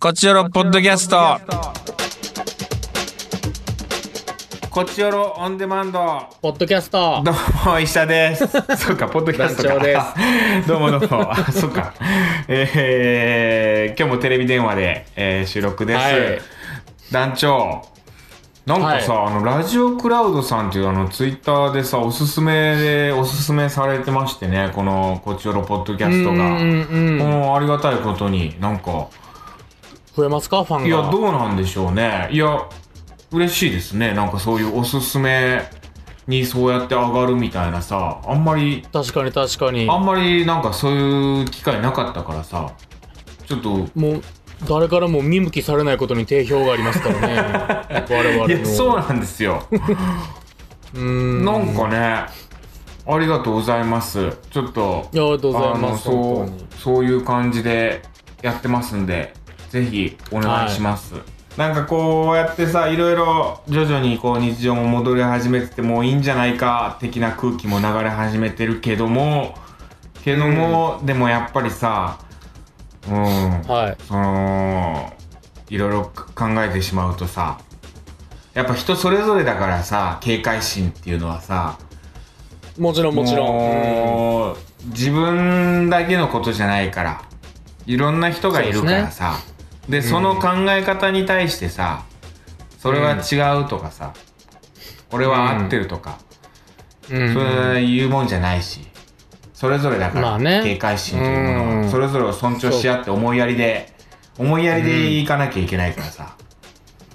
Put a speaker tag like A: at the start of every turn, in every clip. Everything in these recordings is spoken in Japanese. A: こちよろポッドキャスト。
B: こちよろオンデマンド。
C: ポッドキャスト
B: どうも、石田です。そうか、ポッドキャスト
C: 団長で
B: か。 どうもどうも。あそうか。えー、今日もテレビ電話で、えー収録です。
C: はい
B: 団長。なんかさ、あの、ラジオクラウドさんっていうあの、ツイッターでさ、おすすめで、おすすめされてましてね、この、こちよろポッドキャストが。
C: うんうんうん
B: もうありがたいことになんか、
C: 増えますかファンが
B: いや、どうなんでしょうね。いや、嬉しいですね。なんかそういうおすすめにそうやって上がるみたいなさ、あんまり、
C: 確かに確かに
B: あんまりなんかそういう機会なかったからさ、ちょっと、
C: もう誰からも見向きされないことに定評があります からね我々の
B: いや、そうなんですよ。
C: うーん
B: なんかね、ありがとうございます。ちょっと、
C: いやありがとうございます
B: あの
C: 本当に
B: そうそういう感じでやってますんでぜひお願いします、なんかこうやってさいろいろ徐々にこう日常も戻り始めててもういいんじゃないか的な空気も流れ始めてるけどもけども、でもやっぱりさうん、
C: はい
B: そのいろいろ考えてしまうとさやっぱ人それぞれだからさ警戒心っていうのはさ
C: もちろんもちろんうん
B: もう自分だけのことじゃないからいろんな人がいるからさで,、その考え方に対してさそれは違うとかさ、俺は合ってるとか、
C: うん
B: それは言うもんじゃないしそれぞれだから、
C: まあね
B: 警戒心というもの
C: う
B: は
C: ん
B: それぞれを尊重し合って思いやりで思いやりでいかなきゃいけないからさ、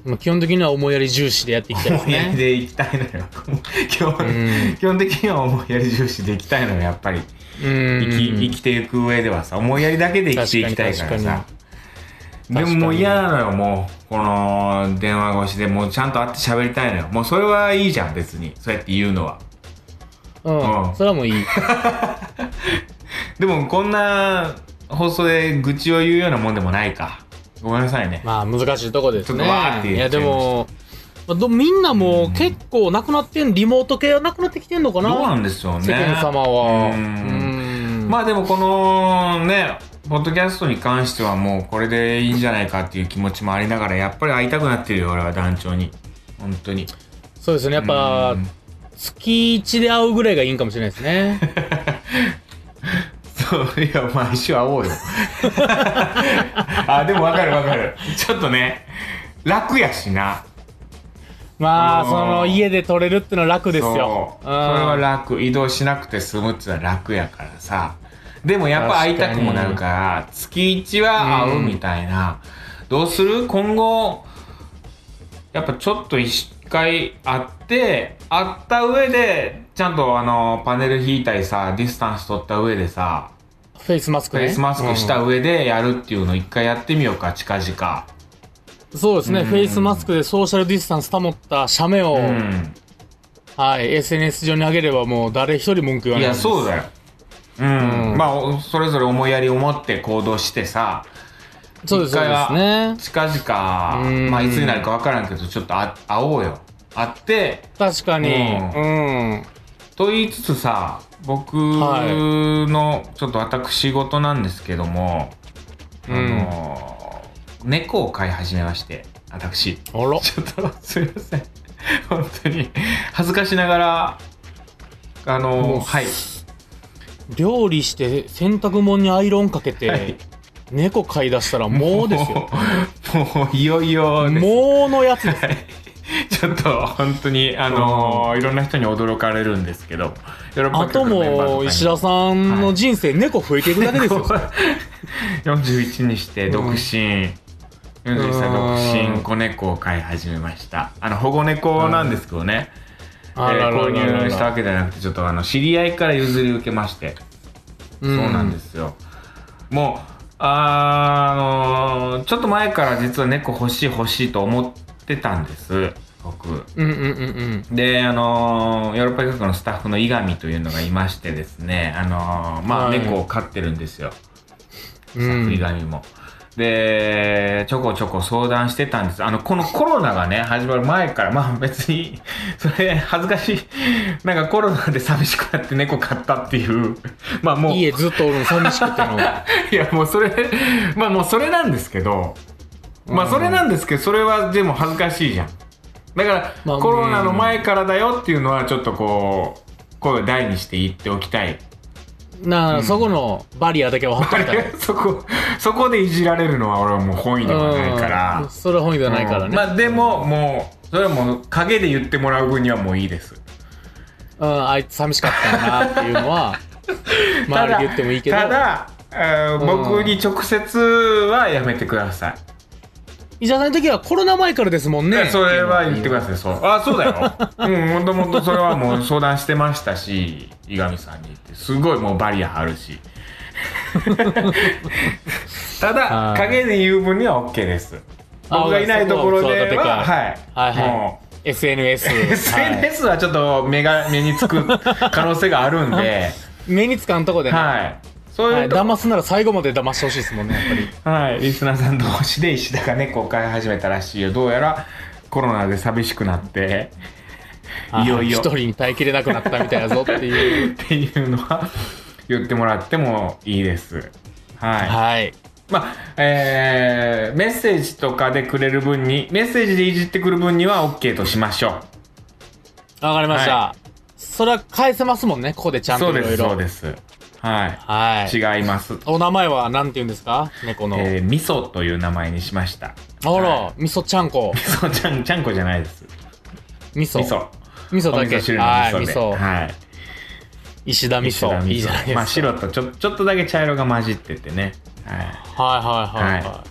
C: まあ基本的には思いやり重視でやっていきたいです
B: 思いやり
C: ね
B: でいきたいのよ 基本,、
C: ん
B: 基本的には思いやり重視でいきたいのよやっぱり。
C: うん
B: 生き生きていく上ではさ思いやりだけで生きていきたいからさでももう嫌なのよもうこの電話越しでもうちゃんと会って喋りたいのよもうそれはいいじゃん別にそうやって言うのは
C: う
B: うん
C: んそれはもういい
B: でもこんな放送で愚痴を言うようなもんでもないかごめんなさいね
C: まあ難しいとこです
B: ちょっ
C: ね
B: とわーって言っ
C: い
B: ちゃいました
C: やでもまあどみんなもう結構なくなってんリモート系はなくなってきてんのか
B: ど
C: な
B: うなんでしょうね
C: 世間様
B: うん
C: はうん
B: まあでもこのねポッドキャストに関してはもうこれでいいんじゃないかっていう気持ちもありながらやっぱり会いたくなってるよ俺は団長に本当に
C: そうですねやっぱ
B: うん
C: 月1で会うぐらいがいいんかもしれないですね
B: そういや毎週会おうよ あでもわかるわかるちょっとね楽やしな
C: ま
B: う
C: あ
B: ん
C: その家で取れるってのは楽ですよ
B: そううんそれは楽移動しなくて済むっつうのは楽やからさでもやっぱ会いたくもなるから月1は会うみたいな、どうする今後やっぱちょっと一回会って会った上でちゃんとあのパネル引いたりさディスタンス取った上でさ
C: フェイスマスク
B: フ
C: ね
B: ェイスマスクした上でやるっていうのを一回やってみようか近々
C: うんそうですね
B: うん
C: フェイスマスクでソーシャルディスタンス保った写メを
B: うん
C: はい SNS 上に上げればもう誰一人文句言わ
B: い
C: な
B: や
C: いです
B: そうだようん、
C: うん
B: まあおそれぞれ思いやりを持って行動してさ
C: そうですそうですね
B: 近々、
C: うん
B: まあいつになるか分からんけどちょっとあ会おうよ会って
C: 確かに
B: う
C: うん
B: と言いつつさ僕
C: は
B: のちょっと私事なんですけども、
C: うん
B: あの猫を飼い始めまして私
C: あら
B: ちょっとすいません本当に恥ずかしながらあ
C: も
B: の
C: う
B: はい
C: 料理して洗濯物にアイロンかけて、
B: はい
C: 猫飼い出したらもうで すよ
B: もうもういよいよです
C: もうのやつです
B: はいちょっと本当にあのいろんな人に驚かれるんですけどヨーロッパ
C: あと
B: 局のメンバーとか
C: もう
B: に
C: 石田さんの人生、猫増えていくだ けですよ
B: 41にして独身、41歳独
C: う
B: 身
C: ん
B: 子猫を飼い始めましたあの保護猫なんですけどね、え
C: あらら
B: ー購
C: らら
B: 入したわけじゃなくてちょっとあの知り合いから譲り受けまして
C: そう
B: そうなんですよ。もう、あーあのーちょっと前から実は猫欲しい欲しいと思ってたんです、僕。
C: うんうんうん
B: で、あのーヨーロッパ企画のスタッフの伊上というのがいましてですね、あのーまあ、
C: はい
B: 猫を飼ってるんですよ、
C: う
B: 伊
C: ん、うん、
B: 上も。で、ちょこちょこ相談してたんです。あの、このコロナがね、始まる前から、まあ別に、 それ恥ずかしい。なんかコロナで寂しくなって猫飼ったっていう、まあもう。
C: 家ずっとおるの寂しくての
B: いやもうそれまあもうそれなんですけどまあそれなんですけどそれはでも恥ずかしいじゃんだから、
C: まあ
B: コロナの前からだよっていうのはちょっとこう声を大にして言っておきたい
C: なあ、そこのバリアだけはほっ といたら
B: そこそこでいじられるのは俺はもう本意ではないから、
C: うんそれは本意じゃないから
B: う
C: ね
B: ん、まあでももうそれはもう陰で言ってもらう分にはもういいです
C: うん、あいつ寂しかったんだなっていうのは 周りで言ってもいいけど
B: ただあー
C: うん
B: 僕に直接はやめてくださ
C: 医者さんの時はコロナ前からですもん
B: い、
C: ね
B: それは言ってくださいそうあそうだよ うんもともとそれはもう相談してましたし伊上さんにってすごいもうバリア張るしただ
C: はい
B: 陰で言う分には OK です
C: あ
B: 僕がいないところで
C: そこ
B: は
C: は
B: はい、
C: はいはい
B: もう
C: SNS はい
B: SNS はちょっと目が目につく可能性があるんで、
C: 目につかんとこでね、は
B: はい、そういう
C: い、
B: とこ、
C: 騙すなら最後まで騙してほしいですもんねやっぱり
B: はい、リスナーさん同士で石田が猫を飼い始めたらしいよどうやらコロナで寂しくなって
C: はい
B: よいよ
C: 一人に耐えきれなくなったみたいだぞっていう
B: っていうのは言ってもらってもいいです。はい、
C: はい
B: まあ、えーメッセージとかでくれる分にメッセージでいじってくる分には OK としましょ
C: わかりました、
B: は
C: それは返せますもんねここでち
B: う
C: ゃん
B: そ
C: と
B: うで
C: いろ
B: す
C: い
B: そう
C: ろ
B: ですはい、
C: はい
B: 違います、
C: お名前は何て言うんですか猫の、
B: えー、みそという名前にしました
C: あ
B: は
C: らみそちゃんこ
B: そうちゃんちゃんこじゃないです
C: みそ
B: 味噌
C: みそ
B: お
C: だ
B: 味
C: け
B: 噌汁の
C: はい
B: 味
C: み
B: 噌
C: そ
B: ではい
C: 石田みそ
B: 味噌
C: いいじゃないですか、
B: まあ白とちょちょっとだけ茶色が混じっててねは
C: はいはいはい、はい
B: は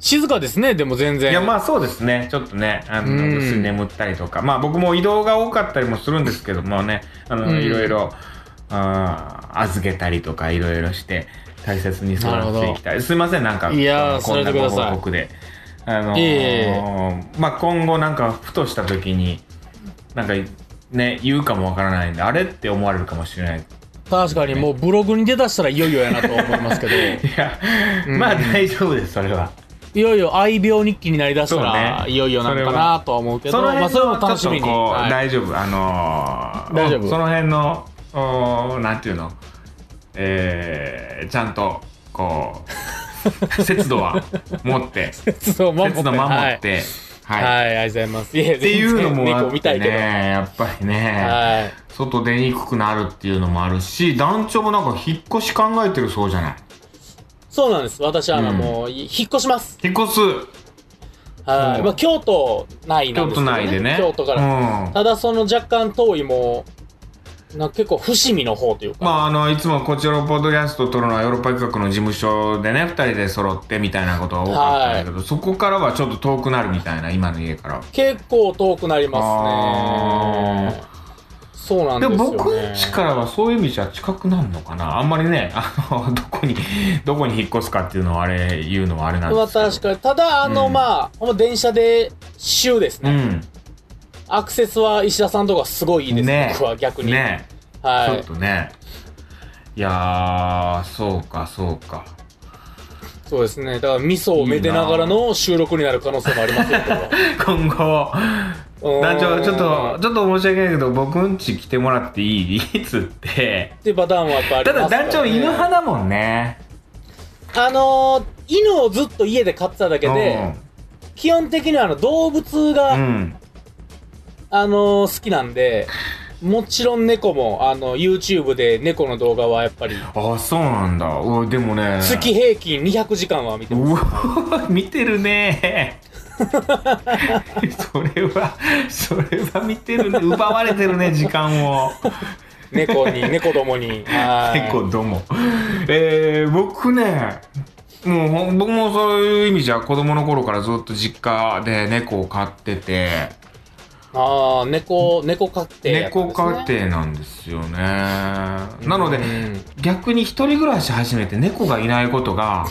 C: 静かですねでも全
B: い
C: 然
B: いやまあそうですねちょっとねあの
C: うん
B: ぐっすり眠ったりとかまあ僕も移動が多かったりもするんですけどもねあ
C: う
B: の
C: ん
B: いろいろあー預けたりとかいろいろして大切に育
C: なるほ
B: っ
C: ど
B: ていきたいすいませんなんか
C: いやー
B: こんな
C: それでく
B: ご
C: ださい
B: 報告であのー
C: いえ
B: まあ今後なんかふとした時になんかね言うかもわからないんであれって思われるかもしれ ない
C: 確かにもうブログに出だしたらいよいよやなと思 いますけど
B: いや、まあ大丈夫です、それは。
C: いよいよ愛病日記になりだした
B: そう
C: ら、
B: ね
C: いよいよなのかなとは思うけ
B: そ
C: ど
B: の
C: まあ、
B: 辺
C: それも
B: の、
C: 楽
B: ち
C: し
B: ょっ
C: み
B: と
C: に、
B: こう、
C: はい
B: 大丈夫、あのー
C: 大丈夫
B: その辺の、おーなんていうの、えー、ちゃんと、こ う、節度は持って、
C: そう守って
B: 節度守っ、て、
C: は
B: はいい。
C: はい、ありがとうございますいえ
B: っていうのもあ
C: 猫
B: っ
C: 見た
B: て
C: いけど、
B: ね、やっぱりね、
C: はい
B: 外出にくくなるっていうのもあるし、団長もなんか引っ越し考えてるそうじゃない。
C: そうなんです私はあの、
B: うん
C: もうい引っ越します
B: 引っ越す、
C: はい、
B: うん
C: まあ、京都内なん
B: 京
C: で
B: 都
C: すけど、
B: 内でね。
C: 京都から、
B: うん
C: ただその若干遠いもうなんか結構伏見の方というか、
B: まあ、あのいつもこちらのポッドキャストを撮るのはヨーロッパ企画の事務所でね2人で揃ってみたいなことが多かったんだけど、そこからはちょっと遠くなるみたいな今の家から
C: 結構遠くなりま
B: あ
C: すねそうなんで
B: です
C: よ、ね、
B: も僕んちからはそういう意味じゃ近くなるのかなあんまりね あのどこにどこに引っ越すかっていうのはあれ言うのはあれなん
C: ま
B: で
C: あ
B: すけど
C: 確かにただあの、
B: うん
C: まあほんま電車で週ですね、
B: うん
C: アクセスは石田さんとかすごいいいですね
B: ね
C: 僕は逆に、
B: ねち
C: は
B: ょっ
C: い
B: とねいやーそうかそうか
C: そうですねだから味噌をめでながらの収録になる可能性もありますよ
B: 今後
C: これは
B: 団長ちょっ
C: う
B: と
C: ん
B: ちょっと申し訳ないけど僕んち来てもらってい いっつって
C: っていうパターンはやっぱあり
B: た
C: ま
B: だ
C: すからね
B: 団長犬派だもんね
C: あのー犬をずっと家で飼ってただけで基本的にはあの動物が、
B: うんうん
C: あのー好きなんでもちろん猫もあの YouTube で猫の動画はやっぱり
B: あそうなんだうわでもね
C: 月平均200時間は見てます
B: うわ見てるねそれはそれは見てるね奪われてるね時間を
C: 猫に猫どもにはい
B: 結構どうもえー、僕ねもうほん僕もそういう意味じゃ子供の頃からずっと実家で猫を飼ってて
C: ああ猫猫飼って、
B: 猫家庭なんですよねなので、
C: うん
B: 逆に一人暮らし始めて猫がいないことが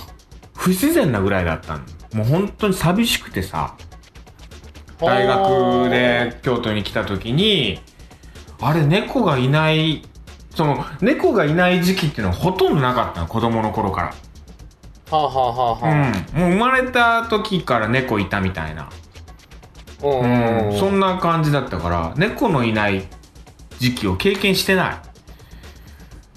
B: 不自然なぐらいだったのもう本当に寂しくてさ大学で京都に来た時にあれ猫がいないその猫がいない時期っていうのはほとんどなかったの子供の頃から
C: はあはあはあはあ
B: うん、もう生まれた時から猫いたみたいな、
C: うん
B: うん、そんな感じだったから猫のいない時期を経験してな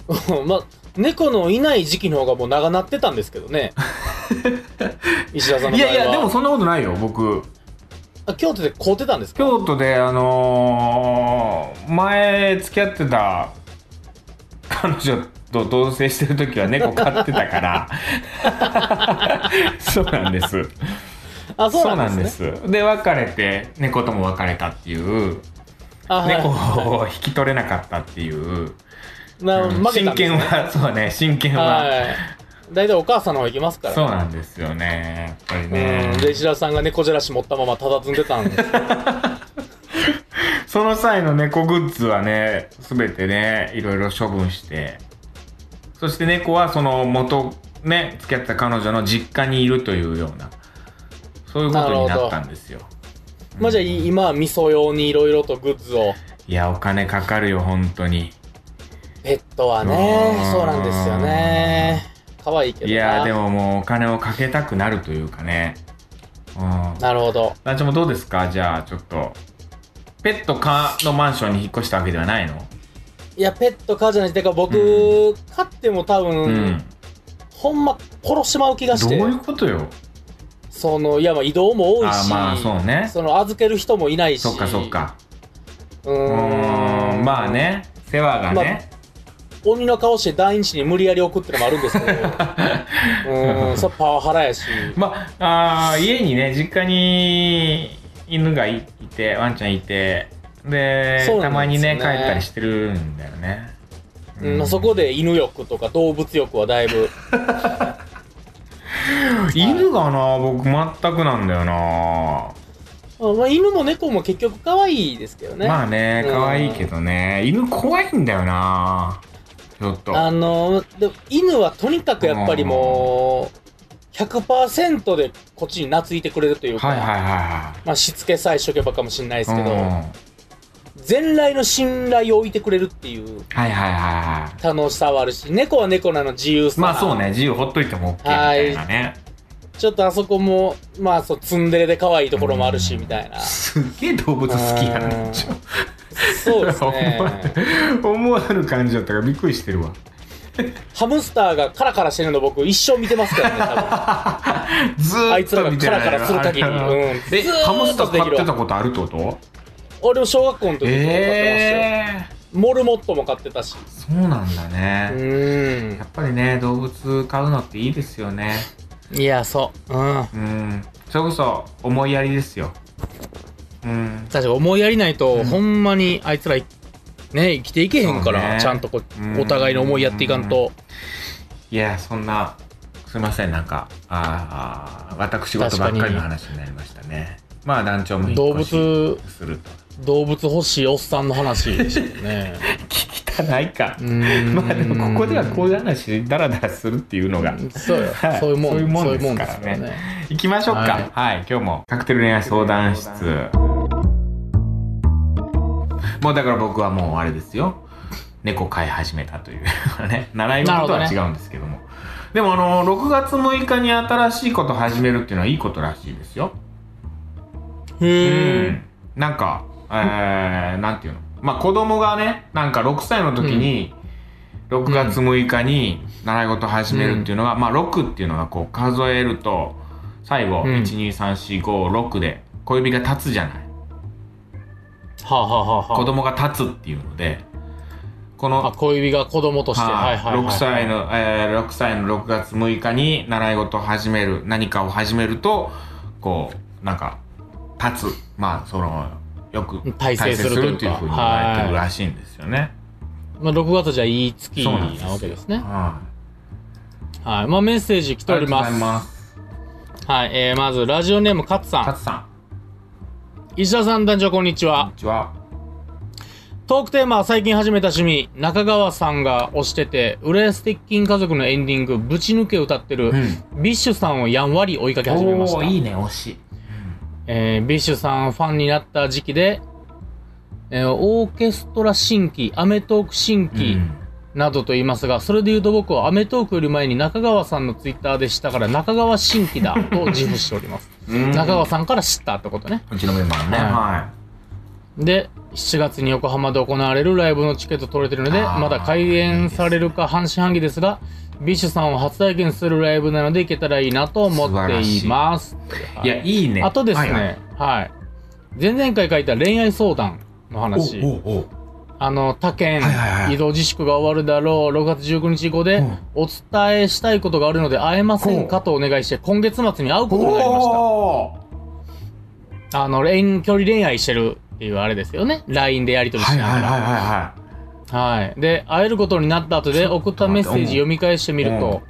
B: い
C: うんまあ猫のいない時期の方がもう長なってたんですけどね石田さんの場合はい
B: やいやでもそんなことないよ僕
C: あ京都で買うてたんですか
B: 京都であのー前付き合ってた 彼女と同棲してる時は猫飼ってたから そうなんです
C: あそうなんですね
B: そうなんですで別れて猫とも別れたっていう
C: あはい
B: 猫を引き取れなかったっていう、
C: な
B: うん
C: 負け
B: 親
C: たんです
B: 権
C: ね
B: はそうね親権は、
C: はい大体お母さんの方行きますから
B: そうなんですよねやっぱりね
C: うんで石田さんが猫じゃらし持ったままただずんでたん です
B: その際の猫グッズはね、すべてね、いろいろ処分して、そして猫はその元、ね、付き合ってた彼女の実家にいるというような、そういうことになったんですよ。
C: まあじゃあい今は味噌用にいろいろとグッズを
B: いや、お金かかるよ、本当に。
C: ペットはね
B: うん
C: そうなんですよね可愛いけど
B: い
C: ない
B: や、でももうお金をかけたくなるというかね。うん。
C: なるほど
B: 団長もどうですかじゃあ、ちょっと。ペットかのマンションに引っ越したわけではないの
C: いやペット飼うじゃないてか僕、
B: う
C: 飼っても多分、
B: うん。
C: ほんま殺しまう気がし
B: どう
C: て
B: いうことよ。
C: そのいやまあ移動も多い
B: あ
C: し
B: まあ、そうね。
C: その預ける人もいないし
B: そっかそっか。
C: うー
B: うんーんまあね世話がね、
C: 鬼の顔して団員に無理やり送ってのもあるんですけ どうーんそれパワハラやし
B: まああー家にね実家に犬がいいてワンちゃんいてで
C: そうなんですよね
B: たまにね帰ったりしてるんだよね、
C: うんまあそこで犬欲とか動物欲はだいぶ
B: 犬がな僕全くなんだよな、
C: うんまあ、犬も猫も結局可愛いですけどね。
B: まあね
C: うん
B: 可愛いけどね犬怖いんだよなちょっと
C: あのでも犬はとにかくやっぱりもう、100%でこっちに懐いてくれるというか、
B: はいはいはいは
C: まあ、しつけさえしとけばかもしれないで
B: い
C: すけど、
B: うんはい
C: 全来の信頼を置いてくれるっていう
B: はいはいは
C: 楽しさはあるし、猫は猫なの自由
B: い
C: さ。
B: まあそう。ね自由ほっといても OK みたいなね
C: ちょっとあそこも、まあそう、ツンデレで可愛いところもあるし、み たいな。
B: すっげえ動物好きや
C: う
B: なんちょ
C: そうですね
B: 思。わぬ思わぬ感じだったからびっくりしてるわ
C: ハムスターがカラカラしてるの僕一生見てますからね、多分。
B: ず
C: あ
B: ー
C: い
B: っ
C: つら
B: と
C: が
B: 見て
C: カラ
B: ら
C: カ
B: れ
C: ラする限り。うん、
B: え
C: ずーっと
B: ハムスター
C: でき
B: 買っ
C: るわ
B: てたことあるってこと
C: 俺も小学校の時に買って
B: え
C: ましたよ。モルモットも買ってたし。
B: ー、そうなんだ
C: う
B: ね、
C: ー
B: やっぱりね動物飼うのっていいですよね
C: ん。いや、そう。うん。
B: うんそれこそ思いやりですようん
C: 確か思いやりないと、ほんまにあいつら、ね、生きていけへんか
B: そう
C: ら、
B: ね
C: ちゃんとこ
B: うん
C: お互いの思いやっていかんと。
B: いやそんなすいませんなんかあーあー私事ばっかりの話になりましたねまあ団長も引
C: 動
B: っ越し
C: 物、
B: すると
C: 動物欲しいおっさんの話でしたよね。
B: 聞きたないか
C: うー ん
B: まあでもここではこういう話ダラダラするっていうのが
C: そうよ
B: はい。
C: そういうもん、
B: そういうもんです
C: そういうもん
B: からね
C: ですよね。
B: 行きましょうかはい、今日もカクテル恋愛相談室もうだから僕はもうあれですよ猫飼い始めたという ね習い事とは
C: なるほ
B: 違
C: ど
B: うんですけどもでもあの6月6日に新しいこと始めるっていうのはいいことらしいですよう
C: へー
B: んなんか、えー、なんていうのまあ子供がねなんか6歳の時に、6月6日に習い事始めるっていうのが、まあ6っていうのがこう数えると最後、
C: うん
B: 12345で小指が立つじゃない
C: はあはあはあ
B: 子
C: は
B: 供が立つっていうのでこ
C: あ。あ、
B: の
C: 小指が子供として。はいはいはい。
B: 6歳。の、えー、6歳の6月6日に習い事を始める何かを始めるとこうなんか立つまあそのよく
C: 体制するというか
B: っていうふうに言われてるらしいんですよね。
C: まあ、6月じゃいい月
B: そう
C: なん
B: ですよ
C: わけですね。
B: は
C: はい。まあ、メッセージ来
B: い、
C: ております。
B: す。
C: はい。えー、まず、ラジオネーム、勝さん。
B: 勝さん、
C: 石田さん、団長、こんにち
B: こん
C: は
B: に。ちは。
C: トークテーマ、最近始めた趣味、中川さんが推してて、浦安鉄筋家族のエンディング、ぶち抜け歌ってる、
B: ん。
C: ビッシュさんをやんわり追いかけ始めまし
B: お
C: た。
B: ーいいね、推し。
C: えービッシュさんファンになった時期で、えーオーケストラ新規、アメトーク新規、などと言いますが、それで言うと僕はアメトークより前に中川さんのツイッターでしたから、中川新規だと自負しております。
B: うん
C: 中川さんから知ったってことね。
B: うちのメンバーね。
C: はい
B: は
C: で、7月に横浜で行われるライブのチケット取れてるので、
B: あー
C: まだ開演されるか半信半疑ですが、ビッシュさんを初体験するライブなので行けたらいいなと思っています。
B: いや、いいね。
C: あとですね、
B: は
C: はいい、
B: はい
C: 前々回書いた恋愛相談の話。
B: おおお
C: あの、他県、
B: はいはいはい
C: 移動自粛が終わるだろう、6月19日以降で
B: うん、
C: お伝えしたいことがあるので会えませんかとお願いして、今月末に会うことになりまし
B: おー
C: た。あの、遠距離恋愛してるっていうあれですよね。LINE でやり取りし
B: はい
C: な
B: はい
C: が
B: はい
C: ら。
B: はいは
C: はい。で、会えることになった後で送ったメッセージ読み返してみると、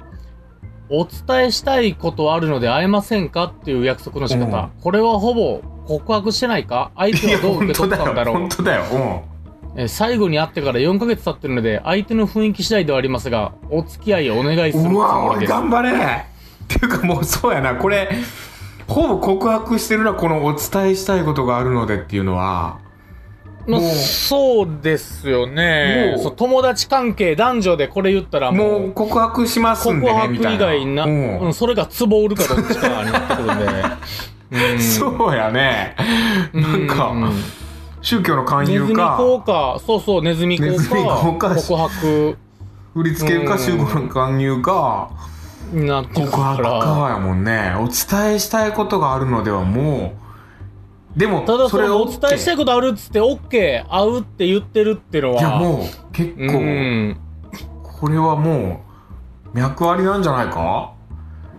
C: お伝えしたいことあるので会えませんかっていう約束の仕方。これはほぼ告白してないか相
B: い。い
C: 手
B: や、
C: はどう受
B: 本
C: け
B: 当
C: 取ったんだ
B: だよ。
C: ろ
B: 本
C: う
B: 当だよ。うん
C: えー最後に会ってから4ヶ月経ってるので相手の雰囲気次第ではありますがお付き合いをお願いするつ
B: うわ
C: もり
B: 俺
C: です
B: 頑張れっていうかもうそうやなこれほぼ告白してるなこのお伝えしたいことがあるのでっていうのは
C: まあ
B: もう
C: そうですよね
B: もう
C: そう友達関係男女でこれ言ったらもう
B: もう告白しますん
C: 告
B: でね
C: 白
B: みた
C: 以
B: いな
C: 外な、
B: うん
C: うん、それがツボ売るかどっちかになってくるんで うん
B: そうやねなん
C: う
B: か宗教の勧
C: ネズ
B: 誘
C: ミ
B: か
C: 効果そうそうネズミ効
B: ネズミ効
C: 果
B: 果
C: 告白
B: 振り付ける
C: う
B: か
C: ん
B: 宗教の勧誘か
C: になってく
B: 告
C: るか
B: 白
C: ら
B: かやもんねお伝えしたいことがあるのではもうでも
C: ただそ
B: そ
C: れ
B: れ
C: お
B: を
C: 伝えしたいことあるっつって OK 会うって言ってるってのはい
B: やもう結
C: う
B: 構
C: ん
B: これはもう脈ありなんじゃないか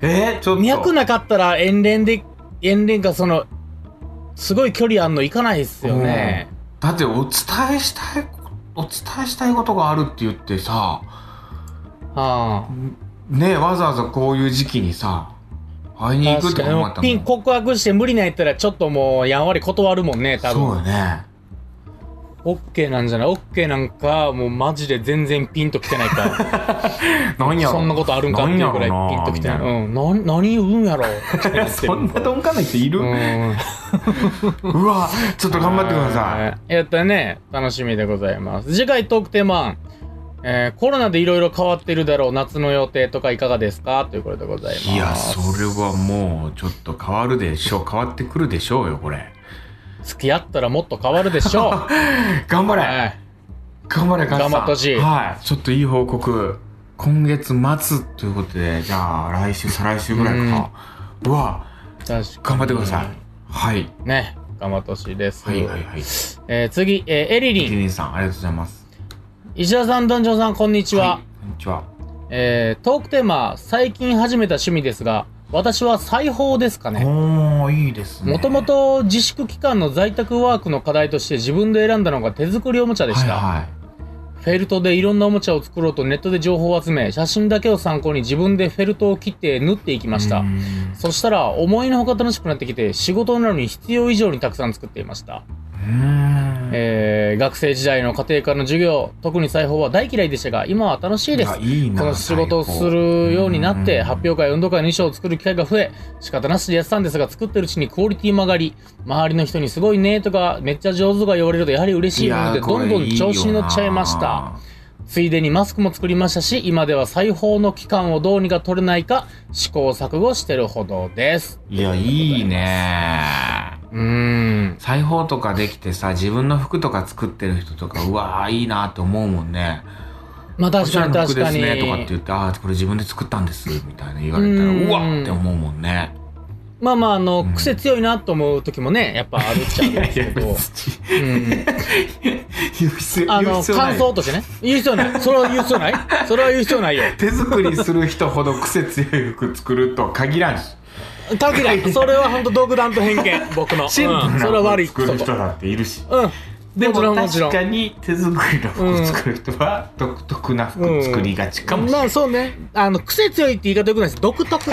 B: えー、ちょっと
C: 脈なかったら遠恋で遠恋かそのすごい距離あんの行かないっすよね、
B: だってお伝えしたいお伝えしたいことがあるって言ってさ
C: はあ
B: ねわざわざこういう時期にさ会いに行くっ
C: 確
B: て
C: か
B: 考え
C: に
B: た
C: も
B: も
C: うピン告白して無理なんやったらちょっともうやんわり断るもんね多
B: そう
C: 分
B: よね
C: オッケーなんじゃないオッケーなんかもうマジで全然ピンときてないか
B: 何やろ
C: そんなことあるんかっていうぐらい
B: なんや
C: ピン
B: ろ
C: と
B: な
C: きてない
B: み
C: うんな何言うんやろ
B: たいな そんな鈍感な人いる、う
C: うん
B: わちょっと頑張ってください
C: い。やったね、楽しみでございます。次回トークテーマ、えーコロナでいろいろ変わってるだろう、夏の予定とかいかがですかということでございます。
B: いやそれはもうちょっと変わるでしょう変わってくるでしょうよこれ
C: 付き合ったらもっと変わるでしょう。
B: 頑張れ、
C: はい
B: 頑張れカズさん
C: 頑張ってほしい
B: はいちょっといい報告今月末ということでじゃあ来週再来週ぐらいかうわ
C: 確か
B: 頑張ってくださいはい
C: に。ね、頑張ってほしいです。
B: はいはいはい
C: えー次、えーエリ
B: リ
C: リン。
B: リンさんありがとうございます
C: 石田さん、どんじょうさん、こんにちは。
B: いこんにちは
C: えートークテーマ、最近始めた趣味ですが、私は裁縫ですかね。
B: おーいいですね
C: もともと自粛期間の在宅ワークの課題として自分で選んだのが手作りおもちゃでした、
B: はいはい
C: フェルトでいろんなおもちゃを作ろうとネットで情報を集め写真だけを参考に自分でフェルトを切って縫っていきまし
B: う
C: た、
B: ーん
C: そしたら思いのほか楽しくなってきて仕事なのに必要以上にたくさん作っていました、
B: うーん
C: えー学生時代の家庭科の授業特に裁縫は大嫌いでしたが今は楽しいです
B: あいいな
C: この仕事をするようになって発表会運動会の衣装を作る機会が増え仕方なしでやってたんですが作ってるうちにクオリティも上がり周りの人に「すごいね」とか「めっちゃ上手」とか言われるとやはり嬉しいものでどんどん調子に乗っちゃいましたついでにマスクも作りましたし今では裁縫の期間をどうにか取れないか試行錯誤してるほどです
B: いやいいね
C: うーん
B: 裁縫とかできてさ自分の服とか作ってる人とかうわーいいなって思うもんね
C: まあ
B: こ
C: 確
B: ち
C: からに
B: の服
C: 確
B: で
C: か
B: す
C: に
B: ねとかって言ってああこれ自分で作ったんですみたいな言われたら
C: う
B: うんわって思うもんね
C: まあまああの
B: うん
C: 癖強いなと思う時もねやっぱあるっちゃあるんで すけど
B: に
C: うん
B: 言う必要
C: あ
B: 言う
C: の、
B: 必要な
C: 感
B: い
C: 想としてね。言う必要ない。それは言う必要ない。それは言う必要ないよ。
B: 手作りする人ほど癖強い服作るとは限らんし
C: 限りない。それは本当独断と偏 見。僕の。うん、そ
B: シン
C: れ
B: プルな
C: は悪
B: 服
C: い。
B: 作る人だっているし
C: うん。
B: で
C: もちろ
B: も
C: んもち
B: 確
C: ろん
B: かに手作りの服作る人は独特な服作りがちかもしれ
C: ま
B: ない
C: あそうね。あの、癖強いって言い方よくないです。独 特。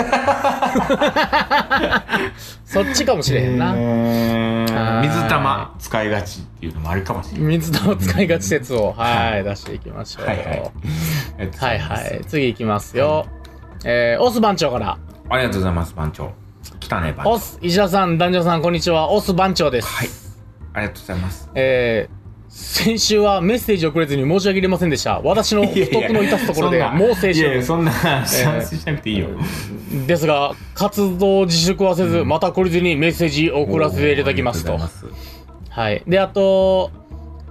C: そっちかもしれへん
B: な
C: な。はい
B: 水玉使いがちっていうのもあるかもしれない
C: 水の使いがち説を、
B: は
C: はい、出していきましょう。
B: は
C: はいい
B: は
C: はいい。
B: ありがとうご
C: は
B: ざ
C: い
B: います
C: 次いきますよ。えー、オス番長から。
B: ありがとうございます番長来たね番長
C: オス、石田さん、男女さん、こんにちは。オス番長です。
B: はいありがとうございます
C: えー先週はメッセージをくれずに申し訳ありませんでした。私の
B: いや
C: 不
B: いや
C: 徳の致すところで
B: そんな
C: もう
B: い
C: 青
B: やいや
C: 春
B: そんな賛成しなくていいよ
C: ですが、活動自粛はせず、また懲りずにメッセージを送らせていただきます
B: あ
C: と
B: りが。うございます
C: はい。で、あと、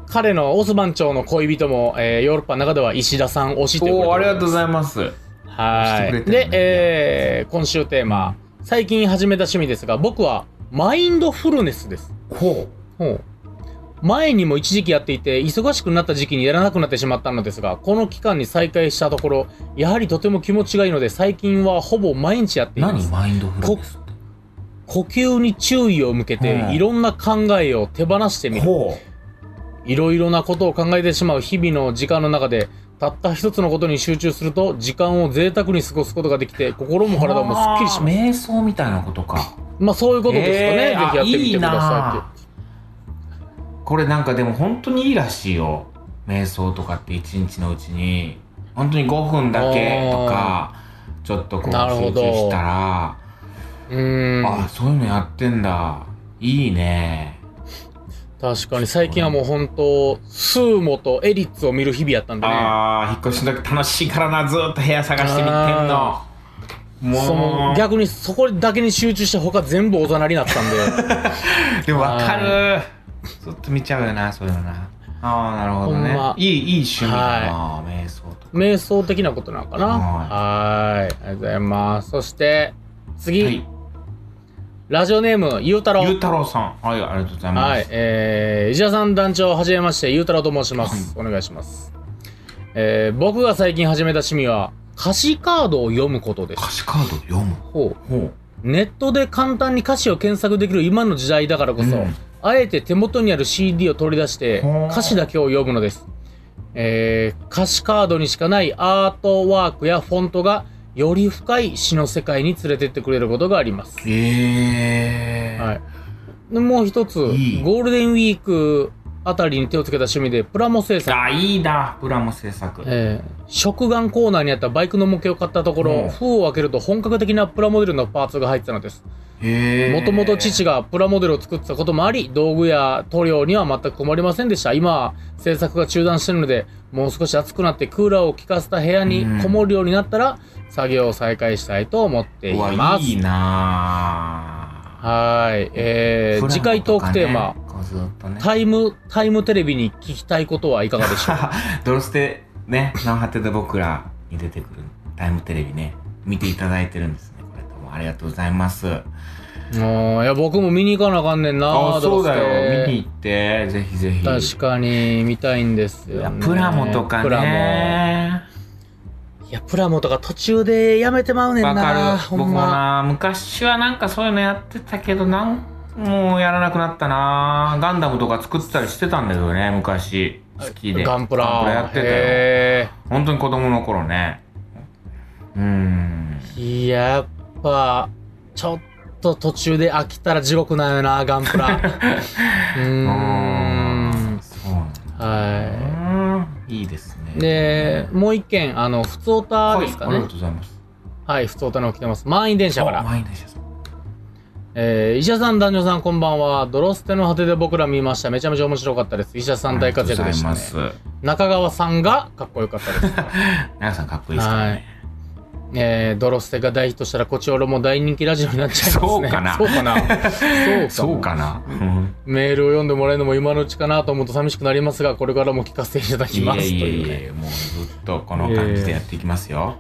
C: 彼のオス番長の恋人も、えーヨーロッパの中では石田さん推しというこ
B: おーありがとうご
C: と
B: ざいます
C: は
B: して
C: い。
B: くれてる
C: で
B: ん、だ
C: えー今週テーマ、最近始めた趣味ですが、僕はマインドフルネスです。
B: ほ
C: ほう前にも一時期やっていて、忙しくなった時期にやらなくなってしまったのですが、この期間に再開したところ、やはりとても気持ちがいいので、最近はほぼ毎日やって
B: う
C: いま
B: 何
C: す。
B: マインドフルネスっ
C: 呼吸に注意を向け
B: うん
C: て、いろんな考えを手放してみ
B: て
C: る。
B: ほ
C: いろいろなことを考えてしまう日々の時間の中で、たった一つのことに集中すると、時間を贅沢に過ごすことができて、心
B: う
C: も体もすっきりします。
B: 瞑想みたいなことか
C: まあそういうことですかね。
B: えー
C: ぜひやってみてくださ
B: あこれなんかでも本当にいいらしいよ瞑想とかって一日のうちに本当に5分だけとかちょっとこう
C: なるほ
B: 集
C: ど
B: 中したら
C: いって。うーん。
B: あそういうのやってんだいいね
C: 確かに最近はもう本当スーモとエリッツを見る日々やったんでね
B: ああ引っ越しの時楽しいからなずーっと部屋探してみてんの
C: あそ
B: も
C: の
B: う
C: 逆にそこだけに集中して他全部おざなりになったん で
B: でも分かるずっと見ちゃうよなそういうのなああなるほどね、
C: ほんま
B: いいいい趣味だな、瞑想とか
C: 瞑想的なことなのかなはーいありがとうございますそして次、
B: はい
C: ラジオネームゆうたろ
B: ゆう
C: う
B: たろうさんはいありがとうございます、
C: はいえー、石田さん団長はじめましてゆうたろうと申します、お願いしますえー、僕が最近始めた趣味は歌詞カードを読むことです
B: 歌詞カード読む
C: ほう
B: ほう
C: ネットで簡単に歌詞を検索できる今の時代だからこそ、
B: うん
C: あえて手元にある CD を取り出して
B: ほう
C: 歌詞だけを読むのです、えー歌詞カードにしかないアートワークやフォントがより深い詩の世界に連れてってくれることがあります、
B: ええー
C: はい、でもう一つ
B: いい
C: ゴールデンウィークあたりに手をつけた趣味でプラモ制作
B: あいいなプラモ制作
C: えー、食玩コーナーにあったバイクの模型を買ったところ、
B: うん
C: 封を開けると本格的なプラモデルのパーツが入ってたのです
B: へえ
C: もともと父がプラモデルを作ってたこともあり、道具や塗料には全く困りませんでした。今は制作が中断しているので、もう少し暑くなってクーラーを効かせた部屋にこもるようになったら、作業を再開したいと思っていう
B: わ
C: ます。
B: いいな
C: はーい。えー
B: プラモとかね
C: 次回トークテーマ、
B: こうずっとね
C: タイム、タイムテレビに聞きたいことはいかがでしょう
B: ドロステね「ナンハテ」で僕らに出てくるタイムテレビね見ていただいてるんですねこれどうもありがとうございます
C: もういや、僕も見に行かなあかんねんな
B: あそうだよ見
C: 見
B: に行ってぜひぜひ
C: 確かに見たいんです
B: い
C: よ、
B: や
C: ね。
B: プラモとか
C: プラモ。
B: ね
C: いや、プラモとか途中でやめてまうねんな。
B: わかる
C: ほ
B: 僕
C: ん
B: も
C: ま。
B: な昔はなんかそういうのやってたけどなんもうやらなくなったなガンダムとか作ってたりしてたんだけどね昔好きで
C: ガンプラ。
B: やってたよ
C: へ
B: 本当に子供の頃ねうん
C: ーいややっぱ、ちょっと途中で飽きたら地獄なんよな、ガン プラ。うーん。
B: そうなんだう
C: は
B: んいいですね。
C: い。で、もう一件、あの、普通オタ
B: はい、
C: ですか
B: あり
C: ね
B: が。とうございます。
C: はい、普通オタの来てます。満員電車か
B: あ
C: ら。
B: 満員電車さん
C: えー、医者さん、男女さん、こんばんは。ドロステの果てで僕ら見ました。めちゃめちゃ面白かったです。医者さん大活躍でした、
B: あ
C: ね
B: り。がとうございま
C: 中川さんがかっこよかったです。
B: す。長さんかっこいいですからね。
C: えー、ドロステが大ヒットしたら、コチオロも大人気ラジオになっちゃいますね。
B: そうかな
C: そう かな。そうかな
B: そうかな。うん
C: メールを読んでもらえるのも今のうちかなと思うと寂しくなりますが、これからも聞かせていただき
B: いや
C: ますと
B: いや
C: いう
B: いや
C: ね。
B: いや、もうずっとこの感じでやっていきますよ。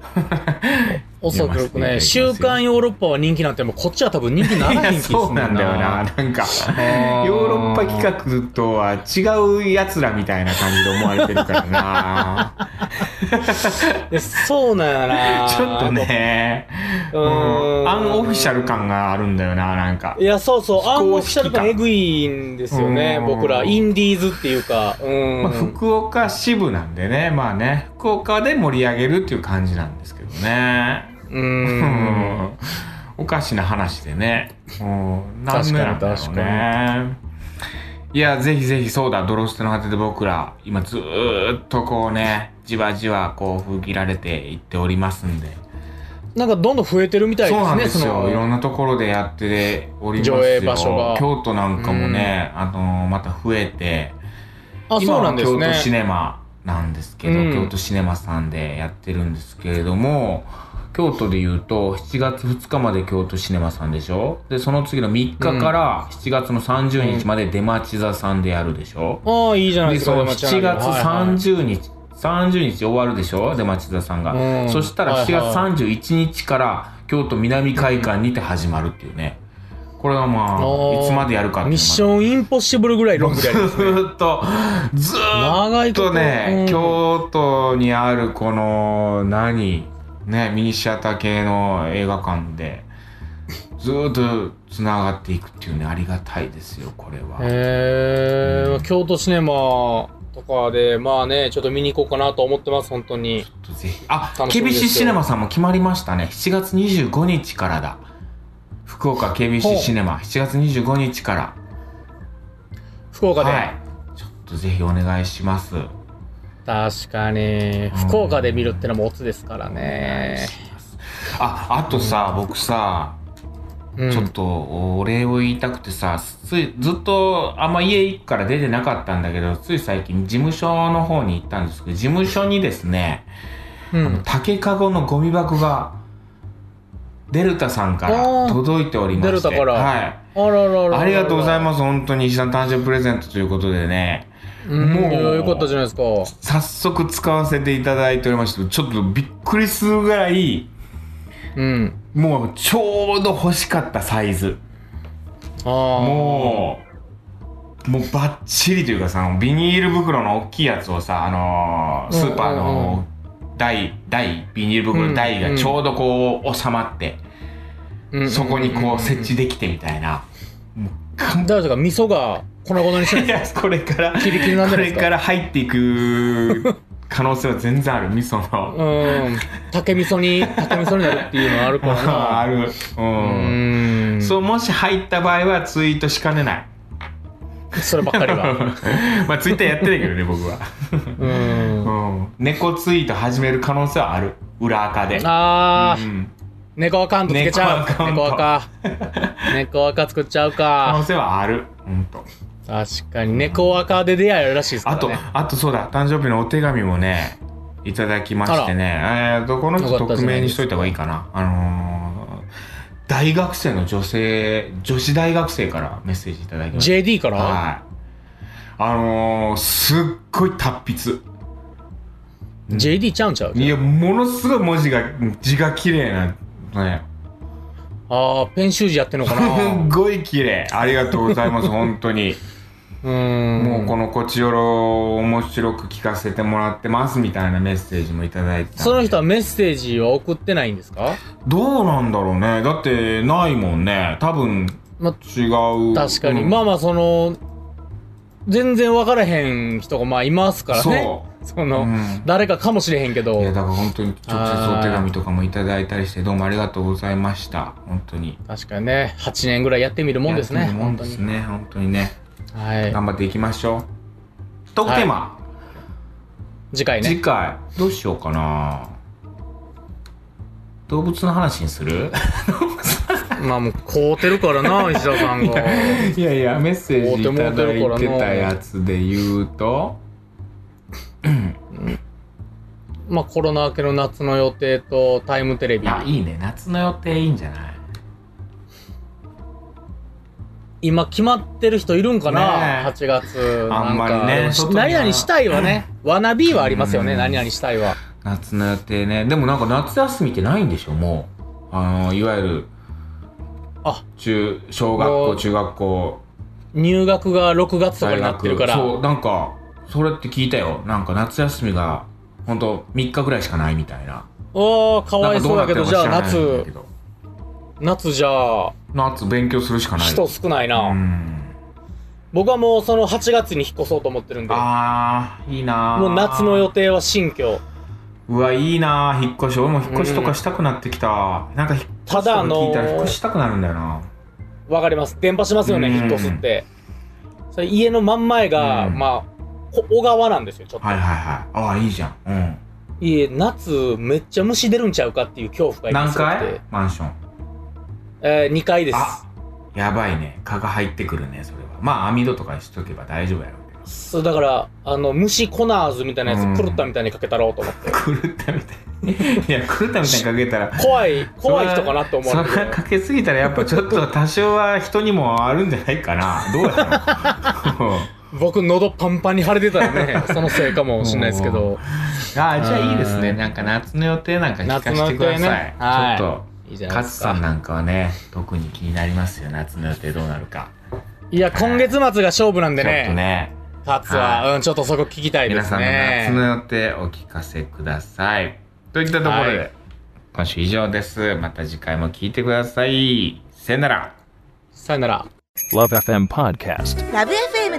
C: おそらく
B: いや
C: ね、週刊ヨーロッパは人気なんて、もうこっちは多分人気ないらへ
B: や、
C: ん気すんね
B: そうなんだよな。。なんか、ヨーロッパ企画とは違う奴らみたいな感じで思われてるから な。
C: いやそうなんや な。
B: ちょっと。ね、
C: う
B: うん
C: ん。
B: アンオフィシャル。感があるんだよな、なんか
C: い。や、そうそう、アンオフィシャル
B: 非公式感
C: 感えぐいんですよね、
B: うん
C: 僕ら。インディーズっていうか。うん。
B: まあ、福岡支部なんでねまあね福岡で盛り上げるっていう感じなんですけどね
C: う。
B: うんんおかしな話でねうん何
C: 確かに
B: 年なんだろう
C: 確
B: ねいやぜひぜひそうだ「ドロステの果て」で僕ら今ずーっとこうねじわじわこう封切られていっておりますんで
C: なんかどんどん増えてるみたいです
B: そ
C: ね、
B: うなんです
C: の
B: よいろんなところでやっておりますよ
C: 上映場所が
B: 京都なんかもね、あのまた増えて
C: あ、
B: 今
C: そうな
B: は
C: んです
B: 京都シ
C: ね。
B: ネマなんですけど、
C: うん
B: 京都シネマさんでやってるんですけれども京都でいうと7月2日まで京都シネマさんでしょでその次の3日から7月の30日まで出町座さんでやるでしょ、
C: ああ、いいじゃない
B: で
C: ですか、
B: その7
C: 出町柳
B: 月
C: はいはい
B: 30日、 30日終わるでしょで町田さんが、
C: うん
B: そしたら
C: はい
B: 7
C: は
B: 月31日から京都南会館にて始まるっていうねこれはま
C: お
B: あ
C: ー
B: いつまでやるかっていうのは
C: ミッションインポッシブルぐらいロングでやります
B: ずーっとずーっ
C: 長いこと
B: とね、
C: うん
B: 京都にあるこの何ねミニシアター系の映画館でずーっとつながっていくっていうねありがたいですよこれは。
C: えー京都シネマとかで、まあね、ちょっと見に行こうかなと思ってます、本当に。
B: ぜひあ
C: 楽しみ
B: 厳
C: ですよ
B: しいシネマさんも決まりましたね7月25日からだ福岡
C: ほ
B: KBC
C: う
B: シネマ7月25日か
C: 福岡
B: ら
C: で。
B: はいちょっとぜひお願いします
C: 確かに、福岡で見るってのもオツですからね。
B: ああとさ僕さ
C: うん
B: ちょっとお礼を言いたくてさついずっとあんま家行くから出てなかったんだけどつい最近事務所の方に行ったんですけど事務所にですね
C: うん。
B: 竹かごのゴミ箱がデルタさんから届いておりまして
C: デルタから
B: はい
C: あららららら
B: ありがとうございます。本当に石田の誕生日プレゼントということでね、
C: す。うん、
B: もう
C: いやよかったじゃないですか。
B: 早速使わせていただいておりまして、ちょっとびっくりするぐらい、
C: うん。
B: もうちょうど欲しかったサイズ。
C: ああ。
B: もう、もうバッチリというかさ、ビニール袋の大きいやつをさ、あのースーパー
C: うんうんう
B: の台、台、ビニール袋の台がちょうどこう収まって、
C: うん、
B: そこにこう設置
C: で。
B: できてみたいな。
C: だからとか、味噌が粉々にしてない
B: いや、これから、
C: キリキリなんじ
B: こ
C: ゃないで
B: れ
C: すか
B: から入っていく可能性は全然ある味噌の
C: うん。竹味噌に、竹味噌になるっていうのはあるから な。
B: あるう、
C: うんーん。
B: そ
C: そう
B: もし入った場合はツイートしかね ない
C: ればっかりは。
B: まあツイッターやってないけどね僕は、
C: うん。
B: うん、猫ツイート始める可能性はある裏垢で
C: あ
B: う
C: ー、
B: ん、
C: 猫アカウントつけちゃう。
B: 猫
C: 猫
B: ア
C: アカ。猫アカ作っちゃう
B: 可能
C: か。
B: 性はある本当。
C: 確かに、猫アカで出会えるらしいですか
B: あ
C: らね。
B: とあとそうだ誕生日のお手紙もねいただきましてねえーとこの人
C: よかった
B: 匿
C: じゃな
B: 名
C: い
B: に
C: で
B: し
C: す
B: と
C: か
B: いた方がいいかなあのー大学生の女性女子大学生からメッセージいただきました
C: JD から
B: はい。あのー、すっごい達筆。
C: ?JD ちゃうんちゃう
B: いや、ものすごい文字が、字が綺麗なのね。
C: あー、ペン習字やってん の
B: す
C: かな
B: っごい綺麗。ありがとうございます、本当に。
C: うーん。
B: もうこのこちよろを面白く聞かせてもらってますみたいなメッセージもいただいてたんで
C: その人はメッセージは送ってないんですか
B: どうなんだろうね。だって、ないもんね。多分、
C: ま、
B: 違う。
C: 確かに。
B: うん
C: まあまあ、その、全然分からへん人がまあいますからね。その、
B: うん
C: 誰かかもしれへんけど
B: い。や、だから本当に直接お手紙とかもいただいたりして、どうもありがとうございました。本当に。
C: 確かにね、8年ぐらいやってみるもんですね。
B: やってみるもん
C: 本当
B: です
C: に。
B: ね。本当にね。
C: はい。
B: 頑張っていきましょう。トークテーマ、
C: 次回ね。
B: 次回、どうしようかな。動物の話にする
C: まあもう、凍ってるか らな、石田さんが。
B: いやいや、メッセージいただ
C: 会うても
B: いうて
C: てるからな
B: たやつで言うと、
C: まあコロナ明けの夏の予定と、タイムテレビ。
B: あ、いいね。夏の予定いいんじゃない
C: 今決まってる人いるんか
B: ね
C: な、
B: え
C: ?8 月。
B: あんまりね
C: なんかでもし
B: 外には
C: 何々したいはね。わなびはありますよね、
B: うん
C: 何々したいは。
B: 夏の予定ね。でもなんか夏休みってないんでしょ、もう。あの、いわゆる、
C: あ、
B: 中、小学
C: も
B: 校、
C: う
B: 中学校、
C: 入学が6月とか
B: 大
C: になってるか
B: 学。
C: ら。
B: そう、なんか、それって聞いたよ。なんか夏休みが、ほんと3日ぐらいしかないみたいな。
C: おー、かわいそうだけど、
B: なん
C: じゃあ
B: かどうなって
C: 夏
B: る、か知らないんだ
C: 夏じゃあ、
B: けど夏勉強するしかない
C: 人少ないうな。
B: ん
C: 僕はもうその8月に引っ越そうと思ってるんで。
B: あーいいなー
C: もう夏の予定は新居。
B: うわいいなー引っ越し俺も引っ越しとかしたくなってきた、なんか引っ越しと
C: ただ
B: か
C: あのー
B: 聞いたら引っ越したくなるんだよな
C: わかります。電波しますよね、
B: うん
C: 引っ越すって。それ家の真ん前が、
B: うん
C: まあ、こ小川なんですよ、ちょっと。
B: はいはいはいああいいじゃんうん
C: いえ、夏、めっちゃ虫出るんちゃうかっていう恐怖が今
B: 何
C: 強くて
B: 階マンション
C: えー、2階です。
B: あやばいね蚊が入ってくるねそれはまあ網戸とかにしとけば大丈夫やろう けど
C: そう、だから、あの、虫コナーズみたいなやつ、
B: うん
C: 狂ったみたいにかけたろうと思って。
B: 狂ったみたいにい や狂ったみたいにかけた ら
C: 怖い、怖い人かなと思
B: そ
C: うん
B: な
C: だけど
B: かけ すぎたらやっぱちょっと多少は人にもあるんじゃないかなどうやろう
C: 僕喉パンパンに腫れてたらね そのせいかもしれないですけど
B: あーじゃあいいですねなんか夏の予定なんか聞かせてくだ
C: 夏の予
B: さい、
C: 定ねはい
B: ちょっ
C: いいじ
B: と
C: ゃな
B: 勝
C: いです
B: さん
C: か
B: なんかはね特に気になりますよ夏の予定どうなるか、
C: いや今月末が勝負なんで
B: ちょっと
C: ね
B: ね
C: 勝つは、うん、ちょっとそこ聞きたいで
B: 皆
C: す
B: さんの夏の
C: ね
B: 予定お聞かせくださいといったところで、
C: はい
B: 今週以上ですまた次回も聞いてくださいさよなら
C: さよなら
A: Love FM Podcast.
D: ラブ f m